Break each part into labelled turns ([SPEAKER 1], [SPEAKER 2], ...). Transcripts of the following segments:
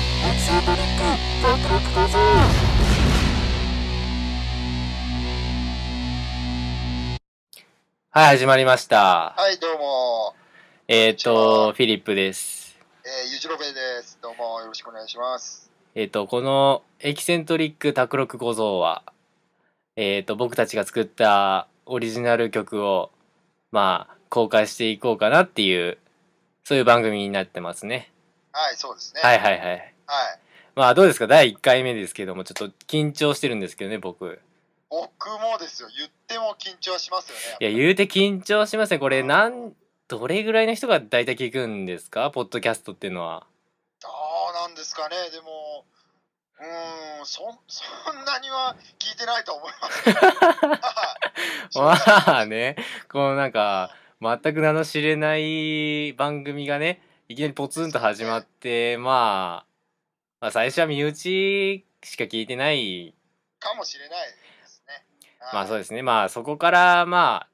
[SPEAKER 1] パニックご確保だぞ
[SPEAKER 2] はい、始まりました。
[SPEAKER 3] はい、どうも、
[SPEAKER 2] えっ、と、フィリップです。
[SPEAKER 3] えー、ゆじろべえです。どうも、よろしくお願いします。
[SPEAKER 2] えっ、と、このエキセントリック卓録小僧は、えっ、と、僕たちが作ったオリジナル曲を、まあ、公開していこうかなっていう、そういう番組になってますね。
[SPEAKER 3] はい、そうですね。
[SPEAKER 2] はい
[SPEAKER 3] はい。
[SPEAKER 2] はいはい。まあ、どうですか第1回目ですけども、ちょっと緊張してるんですけどね、僕。
[SPEAKER 3] 僕もですよ、言っても緊張しますよ
[SPEAKER 2] い
[SPEAKER 3] ね。
[SPEAKER 2] や、言うて緊張しますね。これ、なん、どれぐらいの人が大体聞くんですかポッドキャストっていうのは。
[SPEAKER 3] ああ、なんですかね、でも、うーん、そん、そんなには聞いてないと思います けど。はい
[SPEAKER 2] まあね、このなんか、全く名の知れない番組がね、いきなりポツンと始まって、まあ、まあ最初は身内しか聞いてない、
[SPEAKER 3] かもしれないですね。
[SPEAKER 2] まあそう
[SPEAKER 3] で
[SPEAKER 2] ですね、まあそこからまあ、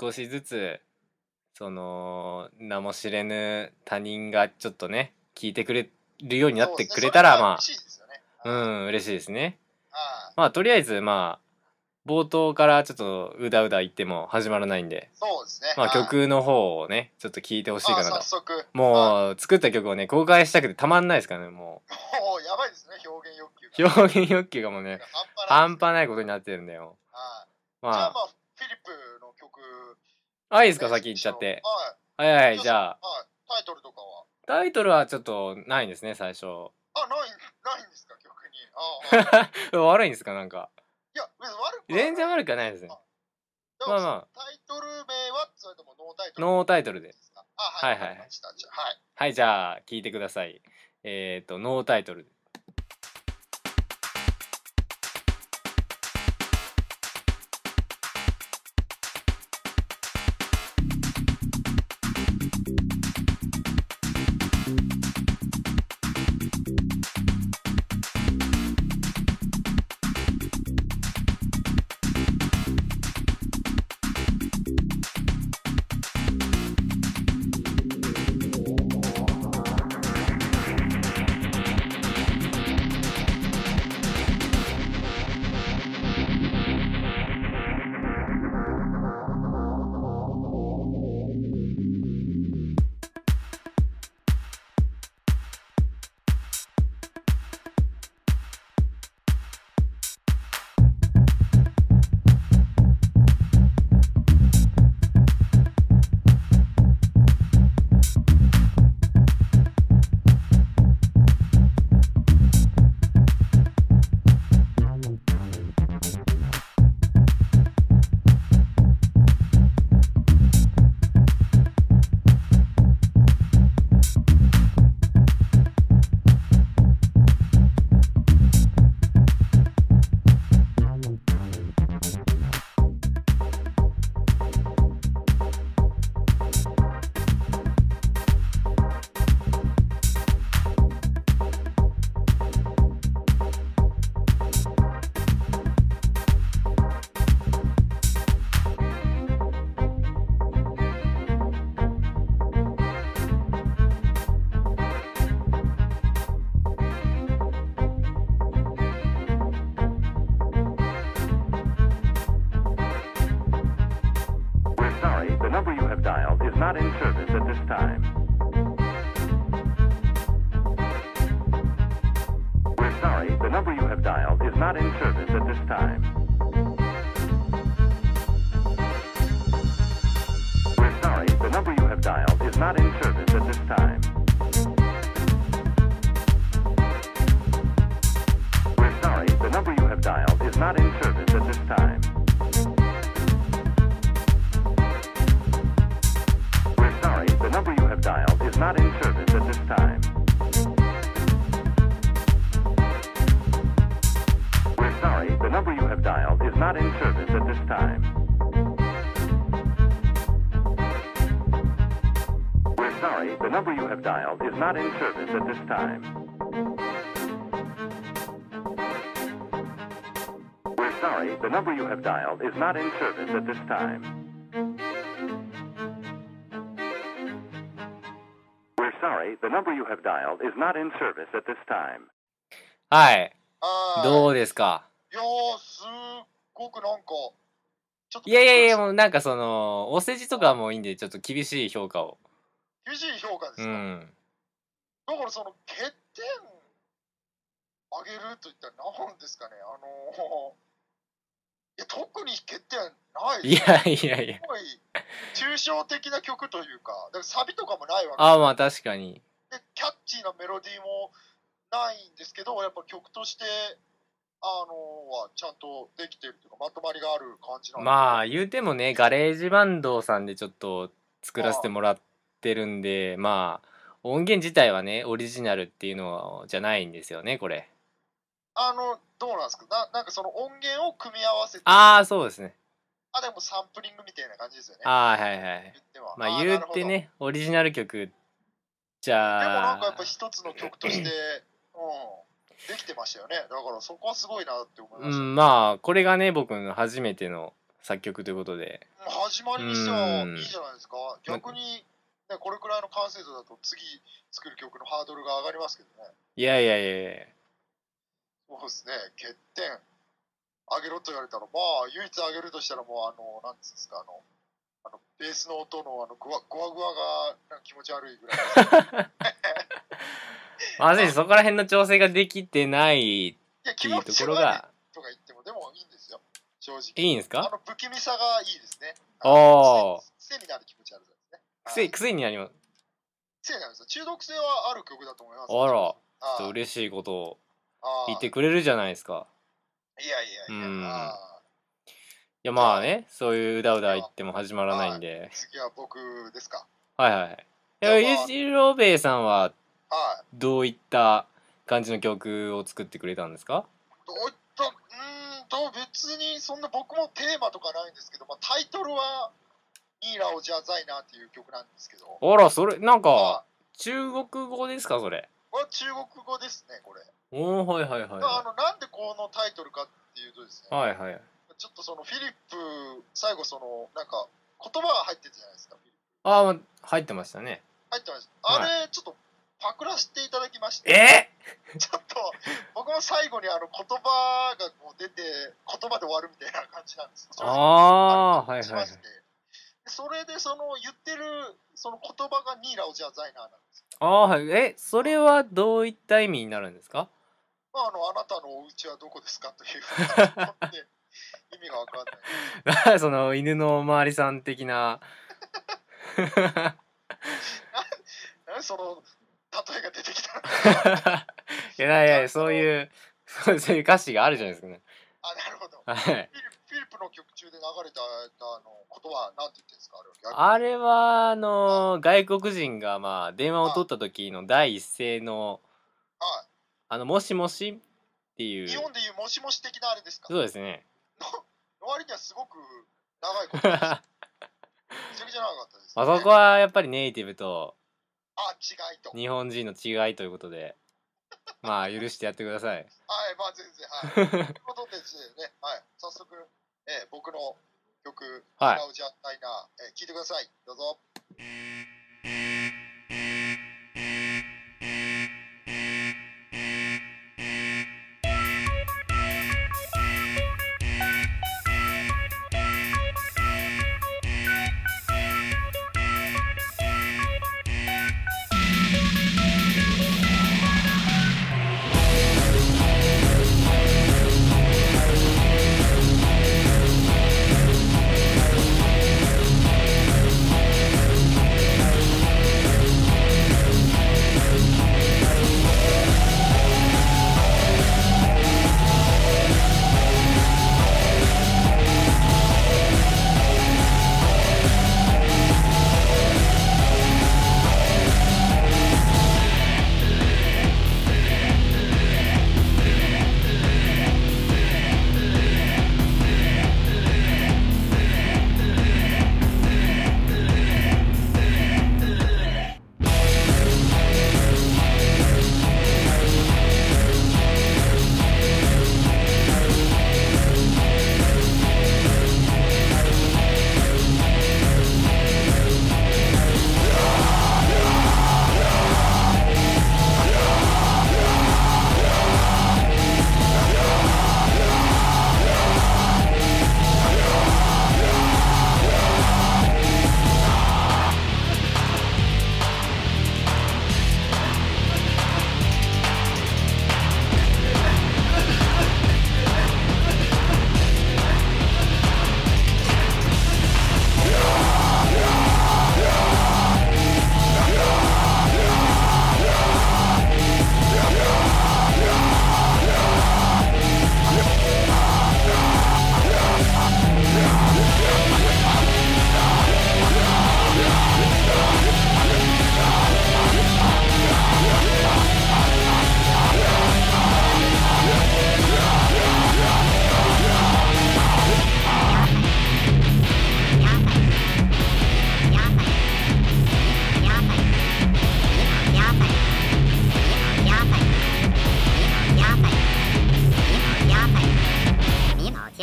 [SPEAKER 2] 少しずつ、その、名も知れぬ他人がちょっとね、聞いてくれるようになってくれたら、ま
[SPEAKER 3] そうですねそ
[SPEAKER 2] あ、
[SPEAKER 3] れ
[SPEAKER 2] う
[SPEAKER 3] は嬉しいですよね。
[SPEAKER 2] ん、嬉しいですね。
[SPEAKER 3] はい。
[SPEAKER 2] まあとりあえず、まあ、冒頭からちょっとうだうだ言っても始まらないんで、
[SPEAKER 3] そうですね。
[SPEAKER 2] まあ
[SPEAKER 3] はい、
[SPEAKER 2] 曲の方をね、ちょっと聞いてほしいかな
[SPEAKER 3] あー
[SPEAKER 2] と
[SPEAKER 3] 早。速。はい
[SPEAKER 2] もう作った曲をね、公開したくてたまんないですからね、も
[SPEAKER 3] もう、やばいですね、表現欲
[SPEAKER 2] う。
[SPEAKER 3] 求が。
[SPEAKER 2] 表現欲求がもうね、
[SPEAKER 3] 半端ない。
[SPEAKER 2] 半端ないことになってるんだよ。
[SPEAKER 3] はいじゃあ
[SPEAKER 2] ま
[SPEAKER 3] まあ、フィリップの曲、
[SPEAKER 2] あ、あ、いいですか、先行っちゃって。はいはいはい、じゃあ、
[SPEAKER 3] あ。はい。タイトルとかは
[SPEAKER 2] タイトルはちょっとないんですね、最初。
[SPEAKER 3] あ、ない、ないんですか、 曲に。ああ。あ
[SPEAKER 2] 悪いんですか、なんか。
[SPEAKER 3] いや、別に悪くはない
[SPEAKER 2] 全然悪くはないですね。
[SPEAKER 3] でも
[SPEAKER 2] まあま
[SPEAKER 3] タイトル名は、それともノータイトル
[SPEAKER 2] ノータイトルで
[SPEAKER 3] ですか。あ、は
[SPEAKER 2] は
[SPEAKER 3] い。
[SPEAKER 2] いはい
[SPEAKER 3] わかりましたじゃあはい。
[SPEAKER 2] あ。はい、じゃあ、聞いてください。えっ、ー、と、ノータイトル。
[SPEAKER 4] We're sorry, the number you have dialed is not in service at this time. We're sorry, the number you have dialed is not in service at this time. We're sorry, the number you have dialed is not in service at this time. We're sorry, the number you have dialed is not in service at this time. We're sorry, the number you have dialed is not in service at this time. We're sorry, the number you have dialed is not in service at this time. We're sorry, the number you have dialed is not in service at this time. We're sorry, the number you have dialed is not in service at this time. We're sorry, the number you have dialed is not in service at this time.
[SPEAKER 2] はい。
[SPEAKER 3] はい
[SPEAKER 2] どうですか
[SPEAKER 3] いやー、すっごくなんか、ちょっと
[SPEAKER 2] いやいやいや、
[SPEAKER 3] う。
[SPEAKER 2] もうなんかその、お世辞とかもいいんで、ちょっと厳しい評価を。
[SPEAKER 3] 厳しい評価です
[SPEAKER 2] う
[SPEAKER 3] よ、
[SPEAKER 2] ん。
[SPEAKER 3] だからその欠点上げるといったら何ですかね、あのーいや特に欠点ない
[SPEAKER 2] い
[SPEAKER 3] です
[SPEAKER 2] やいやいや。
[SPEAKER 3] すごい抽象的な曲というか、だからサビとかもないわけ
[SPEAKER 2] ああ、まあ確かに。
[SPEAKER 3] でキャッチーなメロディーもないんですけどやっぱ曲としてあのはちゃんとできてるというかまとまりがある感じなんで
[SPEAKER 2] まあ言うてもね、ガレージバンドさんでちょっと作らせてもらってるんで、まあ、音源自体はね、オリジナルっていうのじゃないんですよね、これ。
[SPEAKER 3] あのどうなんですかななんかその音源を組み合わせてあ
[SPEAKER 2] ああ、そうですね。
[SPEAKER 3] でもサンプリングみたいな感じですよね
[SPEAKER 2] ああ、はいはい。
[SPEAKER 3] 言っては
[SPEAKER 2] まあ
[SPEAKER 3] ー
[SPEAKER 2] 言う
[SPEAKER 3] なるほ
[SPEAKER 2] て
[SPEAKER 3] どで
[SPEAKER 2] ね、オリジナル曲じ
[SPEAKER 3] もなん
[SPEAKER 2] ゃ
[SPEAKER 3] かやっ
[SPEAKER 2] あ
[SPEAKER 3] ぱ、一つの曲として、うん、できてましたよねだからそこはすごいなって思いうました、
[SPEAKER 2] ん、まあ、これがね、僕の初めての作曲ということで。
[SPEAKER 3] もう始まりにしては
[SPEAKER 2] うん
[SPEAKER 3] いいじゃないですか逆に、ね、これくらいの完成度だと次作る曲のハードルが上がりますけどね
[SPEAKER 2] いやいやいやいや
[SPEAKER 3] そうですね、欠点、上げろと言われたら、まあ、唯一上げるとしたら、もう、あの、なんつうんですか、あの、あのベースの音の、あの、グワグワグワがなんか気持ち悪いぐらいです。
[SPEAKER 2] まずいそこら辺の調整ができてないっ
[SPEAKER 3] いや、
[SPEAKER 2] て
[SPEAKER 3] 気
[SPEAKER 2] いう
[SPEAKER 3] 持
[SPEAKER 2] と
[SPEAKER 3] ち
[SPEAKER 2] こ
[SPEAKER 3] 悪
[SPEAKER 2] ろ
[SPEAKER 3] い
[SPEAKER 2] が、
[SPEAKER 3] とか言っても、でもいいんですよ、正直。
[SPEAKER 2] いいんです
[SPEAKER 3] あ
[SPEAKER 2] か
[SPEAKER 3] の、不気味さがいいですね。
[SPEAKER 2] おー
[SPEAKER 3] あの癖癖になる気持ち悪さですね。
[SPEAKER 2] 癖、
[SPEAKER 3] はい
[SPEAKER 2] 癖になります。
[SPEAKER 3] 癖になるんですよ。中毒性はある曲だと思います。
[SPEAKER 2] あら、ちょっと
[SPEAKER 3] あ
[SPEAKER 2] 嬉しいことを
[SPEAKER 3] あ
[SPEAKER 2] 言ってくれるじゃないですか。
[SPEAKER 3] いやいやいや
[SPEAKER 2] うん、
[SPEAKER 3] あ
[SPEAKER 2] いや、まあね、そういううだうだ言っても始まらないんで
[SPEAKER 3] ー。次は僕ですか。
[SPEAKER 2] はいはい。い
[SPEAKER 3] いや
[SPEAKER 2] や、
[SPEAKER 3] まあ
[SPEAKER 2] ゆじろべえさんは、
[SPEAKER 3] はい。
[SPEAKER 2] どういった感じの曲を作ってくれたんですか
[SPEAKER 3] どういった、うーんと、別にそんな僕もテーマとかないんですけど、まあ、タイトルは、ニーラオジャザイナーっていう曲なんですけど、
[SPEAKER 2] あら、それ、なんか、
[SPEAKER 3] まあ、
[SPEAKER 2] 中国語ですか、それ。
[SPEAKER 3] これは中国語ですね、これ。
[SPEAKER 2] おおはいはいはい
[SPEAKER 3] まあ
[SPEAKER 2] は
[SPEAKER 3] あのなんでこのタイトルかっていうとです
[SPEAKER 2] い。
[SPEAKER 3] ね、
[SPEAKER 2] はいはい。
[SPEAKER 3] ちょっとそのフィリップ、最後その、なんか、言葉が入ってたじゃないですか、フィリップ
[SPEAKER 2] ああ、まあ入ってましたね。
[SPEAKER 3] 入ってました。
[SPEAKER 2] は
[SPEAKER 3] あ
[SPEAKER 2] い
[SPEAKER 3] れ、ちょっと、パクらせていただきまして、
[SPEAKER 2] え
[SPEAKER 3] ちょっと、僕も最後にあの言葉がこう出て、言葉で終わるみたいな感じなんですよ正直
[SPEAKER 2] ああー、はい
[SPEAKER 3] し
[SPEAKER 2] はいはい
[SPEAKER 3] まして、。それでその言ってるその言葉がニーラオジャザイナーなんですよ。
[SPEAKER 2] ああー、はい。え、それはどういった意味になるんですか
[SPEAKER 3] まあ、あのあなたのお家はどこですかという話で意味がわかんない。
[SPEAKER 2] その犬のおまわりさん的な。
[SPEAKER 3] 何その例えが出てきたのか
[SPEAKER 2] いやいや、そういう、そうそういう歌詞があるじゃないですかね。
[SPEAKER 3] あ、なるほど。
[SPEAKER 2] はい。
[SPEAKER 3] フィリフィリップの曲中で流れたあの言葉は何て言ってんですかあれは
[SPEAKER 2] あれは、あの、外国人が、まあ、電話を取った時の第一声の、
[SPEAKER 3] は
[SPEAKER 2] あの、もしもしっていう。
[SPEAKER 3] い、日
[SPEAKER 2] そ
[SPEAKER 3] 本でいうもしもし的なあれですか
[SPEAKER 2] うですね。
[SPEAKER 3] の割にはすごく長いことです。めちゃくちゃ長かったです、ね。
[SPEAKER 2] あそこはやっぱりネイティブと
[SPEAKER 3] あ、違いと。はい、
[SPEAKER 2] 日本人の違いということで、まあ許してやってください。
[SPEAKER 3] まあ全然。はい。ということでですね、はい、早速、えー僕の曲、
[SPEAKER 2] はい
[SPEAKER 3] ラウジャタイナー、えー、聴いてください。どうぞ。
[SPEAKER 5] 「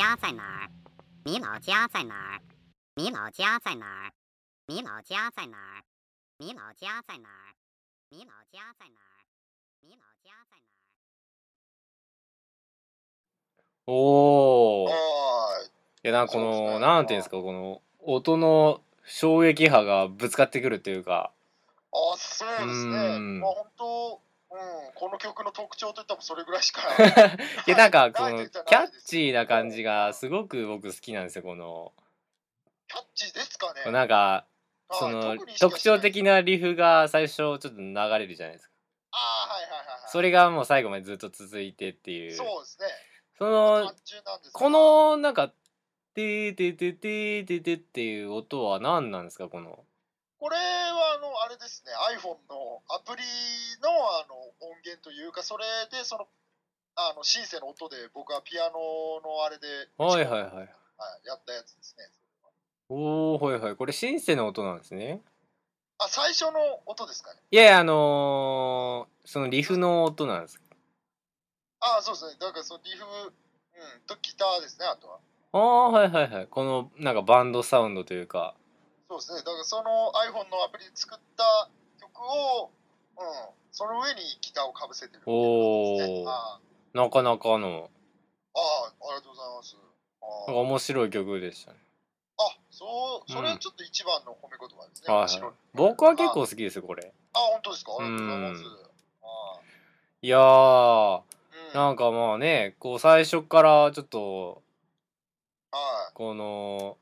[SPEAKER 5] 你老家在哪儿？你老家在哪儿？你老家在哪儿？你老家在哪儿？你老家在哪儿？你老家在哪儿？
[SPEAKER 2] おー。
[SPEAKER 3] はい。
[SPEAKER 2] いや、なんかこ
[SPEAKER 3] そうです
[SPEAKER 2] の、
[SPEAKER 3] ね
[SPEAKER 2] なんていうんですか、この、音の衝撃波がぶつかってくるというか、
[SPEAKER 3] あ、そうです
[SPEAKER 2] う
[SPEAKER 3] ね。
[SPEAKER 2] ん
[SPEAKER 3] まあ本当、うん、この曲の特徴といったらそれぐら いしか。
[SPEAKER 2] いや、なんか、こ
[SPEAKER 3] な
[SPEAKER 2] の、
[SPEAKER 3] い
[SPEAKER 2] キ
[SPEAKER 3] じゃな
[SPEAKER 2] ャ
[SPEAKER 3] い
[SPEAKER 2] ッ
[SPEAKER 3] です
[SPEAKER 2] チーな感じが、すごく僕好きなんですよ、この、
[SPEAKER 3] キャッチーですかね。
[SPEAKER 2] なんか、
[SPEAKER 3] はい
[SPEAKER 2] その
[SPEAKER 3] 特に意、識は
[SPEAKER 2] 特
[SPEAKER 3] しない
[SPEAKER 2] 徴的なリフが最初ちょっと流れるじゃないですか。
[SPEAKER 3] ああ、はいはいはいはい。
[SPEAKER 2] それがもう最後までずっと続いてっていう。
[SPEAKER 3] そうですね。
[SPEAKER 2] そ
[SPEAKER 3] 単
[SPEAKER 2] の、
[SPEAKER 3] 純なんですけど
[SPEAKER 2] こ、の、なんか、てーてーてーてーてーてーっていう音は何なんですか、この。
[SPEAKER 3] これはあの、あれですね、iPhone のアプリのあの音源というか、それでその、あのシンセの音で僕はピアノのあれで、
[SPEAKER 2] はいはいはい。
[SPEAKER 3] はいやったやつですね。
[SPEAKER 2] おー、はいはい。これ、シンセの音なんですね。
[SPEAKER 3] あ、最初の音ですかね。
[SPEAKER 2] いやいや、あのー、そのリフの音なんです。
[SPEAKER 3] あそうですね。だからそのリフ、うん、とギターですね、あとは。
[SPEAKER 2] ああ、はいはいはい。この、なんかバンドサウンドというか。
[SPEAKER 3] そうですね。だからその iPhone のアプリで作った曲を、うん、その上にギターをかぶせてるみたいな感じですね
[SPEAKER 2] おー
[SPEAKER 3] あ
[SPEAKER 2] なかなかの、
[SPEAKER 3] あああ、ありがとうございます。
[SPEAKER 2] なん
[SPEAKER 3] あ
[SPEAKER 2] か
[SPEAKER 3] ー
[SPEAKER 2] 面白い曲でしたね。
[SPEAKER 3] あ、そう、それ
[SPEAKER 2] うん
[SPEAKER 3] ちょっと一番の褒め言葉ですね。
[SPEAKER 2] はい
[SPEAKER 3] 白
[SPEAKER 2] はいい。僕は結構好きですよ、これ。
[SPEAKER 3] あ、本当ですかありがとうございます
[SPEAKER 2] うん。
[SPEAKER 3] あ
[SPEAKER 2] いやー、
[SPEAKER 3] ーうん、
[SPEAKER 2] なんかまあね、こう最初からちょっと、
[SPEAKER 3] はい。
[SPEAKER 2] この、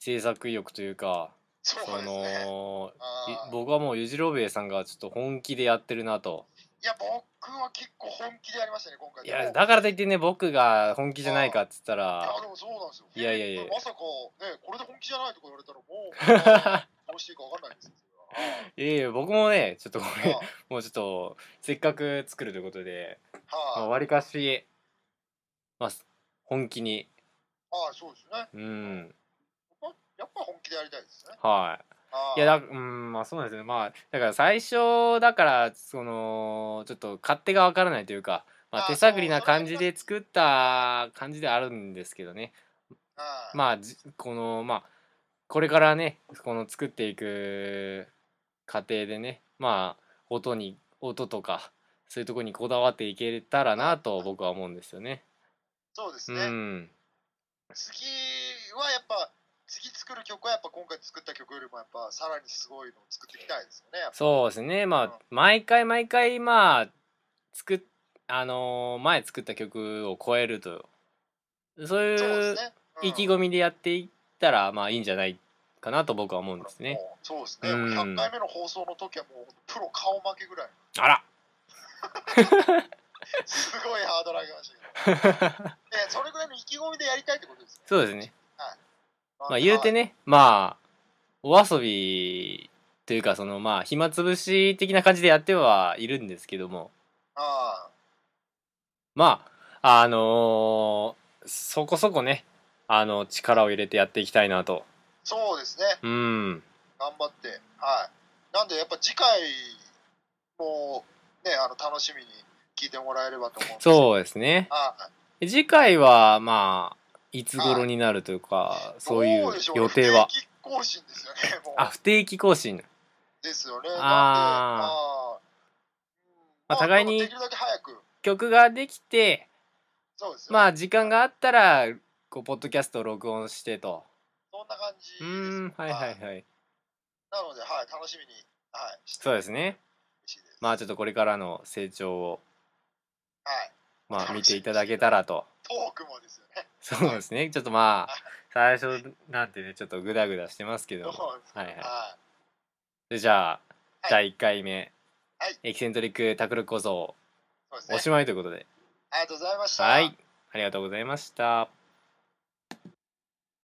[SPEAKER 2] 制作意欲というか、
[SPEAKER 3] そう
[SPEAKER 2] そ
[SPEAKER 3] ですね。
[SPEAKER 2] の、い
[SPEAKER 3] あー
[SPEAKER 2] 僕はもうゆじろべえさんがちょっと本気でやってるなと。
[SPEAKER 3] いや、僕は結構本気でやりましたね、今回。
[SPEAKER 2] いや、だからといっ
[SPEAKER 3] い
[SPEAKER 2] てね、僕が本気じゃないかって言った
[SPEAKER 3] や
[SPEAKER 2] ら、、
[SPEAKER 3] でもそうなんですよ。
[SPEAKER 2] いやいやいや
[SPEAKER 3] フィリップまさか、ね、これで本気じゃないとか言われたら、もう、どうしていいかわかんないですよ。あ
[SPEAKER 2] いやいや、僕もね、ちょっとこ
[SPEAKER 3] ー
[SPEAKER 2] れ、もうちょっと、せっかく作るということで、 まあ、
[SPEAKER 3] はい。
[SPEAKER 2] 割かし、まあ、す本気に、
[SPEAKER 3] ああ、そうですね。
[SPEAKER 2] うん、
[SPEAKER 3] やっぱ本気でやりたいですね。
[SPEAKER 2] は
[SPEAKER 3] あ
[SPEAKER 2] い。い
[SPEAKER 3] ー
[SPEAKER 2] や、だ、うん、まあそうなんですね。まあ、だから最初、だから、その、ちょっと勝手がわからないというか、まあ
[SPEAKER 3] あ
[SPEAKER 2] 手探りな感じで作った感じであるんですけどね。
[SPEAKER 3] はい
[SPEAKER 2] まあ、じこの、まあ、これからね、この作っていく過程でね、まあ、音に、音とか、そういうところにこだわっていけたらなと僕は思うんですよね。
[SPEAKER 3] そうです
[SPEAKER 2] う
[SPEAKER 3] ね。
[SPEAKER 2] ん。
[SPEAKER 3] 次はやっぱ、次作る曲はやっぱ今回作った曲よりもやっぱさらにすごいのを作っていきたいですよね。やっぱ
[SPEAKER 2] そうですねまあ毎回毎回まあ作っあのー前作った曲を超えるとそう
[SPEAKER 3] そう
[SPEAKER 2] い
[SPEAKER 3] で
[SPEAKER 2] う
[SPEAKER 3] すね。うん
[SPEAKER 2] 意気込みでやっていったらまあいいんじゃないかなと僕は思うんですね。
[SPEAKER 3] もうそうですね。
[SPEAKER 2] うん
[SPEAKER 3] もう100回目の放送の時はもうプロ顔負けぐらい、
[SPEAKER 2] あら
[SPEAKER 3] すごいハードル上げましたけど。 で、それぐらいの意気込みでやりたいってことですね。
[SPEAKER 2] そうですね。
[SPEAKER 3] ま
[SPEAKER 2] まあ言うて
[SPEAKER 3] ね。
[SPEAKER 2] ねまあお遊びというかそのまあ暇つぶし的な感じでやってはいるんですけども
[SPEAKER 3] あ
[SPEAKER 2] まああのーそこそこねあの力を入れてやっていきたいなと。
[SPEAKER 3] そうですね。
[SPEAKER 2] うん
[SPEAKER 3] 頑張って。はい。なんでやっぱ次回もね、あの楽しみに聞いてもらえればと思うんですけど。
[SPEAKER 2] そうですね。
[SPEAKER 3] はい
[SPEAKER 2] 次回はまあいつ頃になるというかそうい
[SPEAKER 3] ど
[SPEAKER 2] う
[SPEAKER 3] でしょね
[SPEAKER 2] 予定は
[SPEAKER 3] 不定期更新ですよね。もう
[SPEAKER 2] あ不定期更新
[SPEAKER 3] ですよね。なんで
[SPEAKER 2] あ
[SPEAKER 3] あ
[SPEAKER 2] まあ
[SPEAKER 3] ー
[SPEAKER 2] 互いに
[SPEAKER 3] できるだけ早く。
[SPEAKER 2] 曲ができて
[SPEAKER 3] そうですよね
[SPEAKER 2] まあ時間があったらこうポッドキャストを録音してと
[SPEAKER 3] そんな感じです
[SPEAKER 2] うーんはいはいはい
[SPEAKER 3] なので、はい、楽しみに、はい、して
[SPEAKER 2] そうですね
[SPEAKER 3] 嬉しいです。
[SPEAKER 2] まあちょっとこれからの成長を
[SPEAKER 3] はい、
[SPEAKER 2] まあ見ていただけたらと
[SPEAKER 3] トークもですよね。
[SPEAKER 2] そうですねちょっとまあ最初なんてねちょっとグダグダしてますけど
[SPEAKER 3] ど うも
[SPEAKER 2] はいはい
[SPEAKER 3] は
[SPEAKER 2] でじゃあ
[SPEAKER 3] はい
[SPEAKER 2] 第1回目
[SPEAKER 3] はい
[SPEAKER 2] エキセントリックタクル構造
[SPEAKER 3] い、そうです
[SPEAKER 2] お
[SPEAKER 3] ね
[SPEAKER 2] し。まいということで
[SPEAKER 3] ありがとうございました。
[SPEAKER 2] はいありがとうございました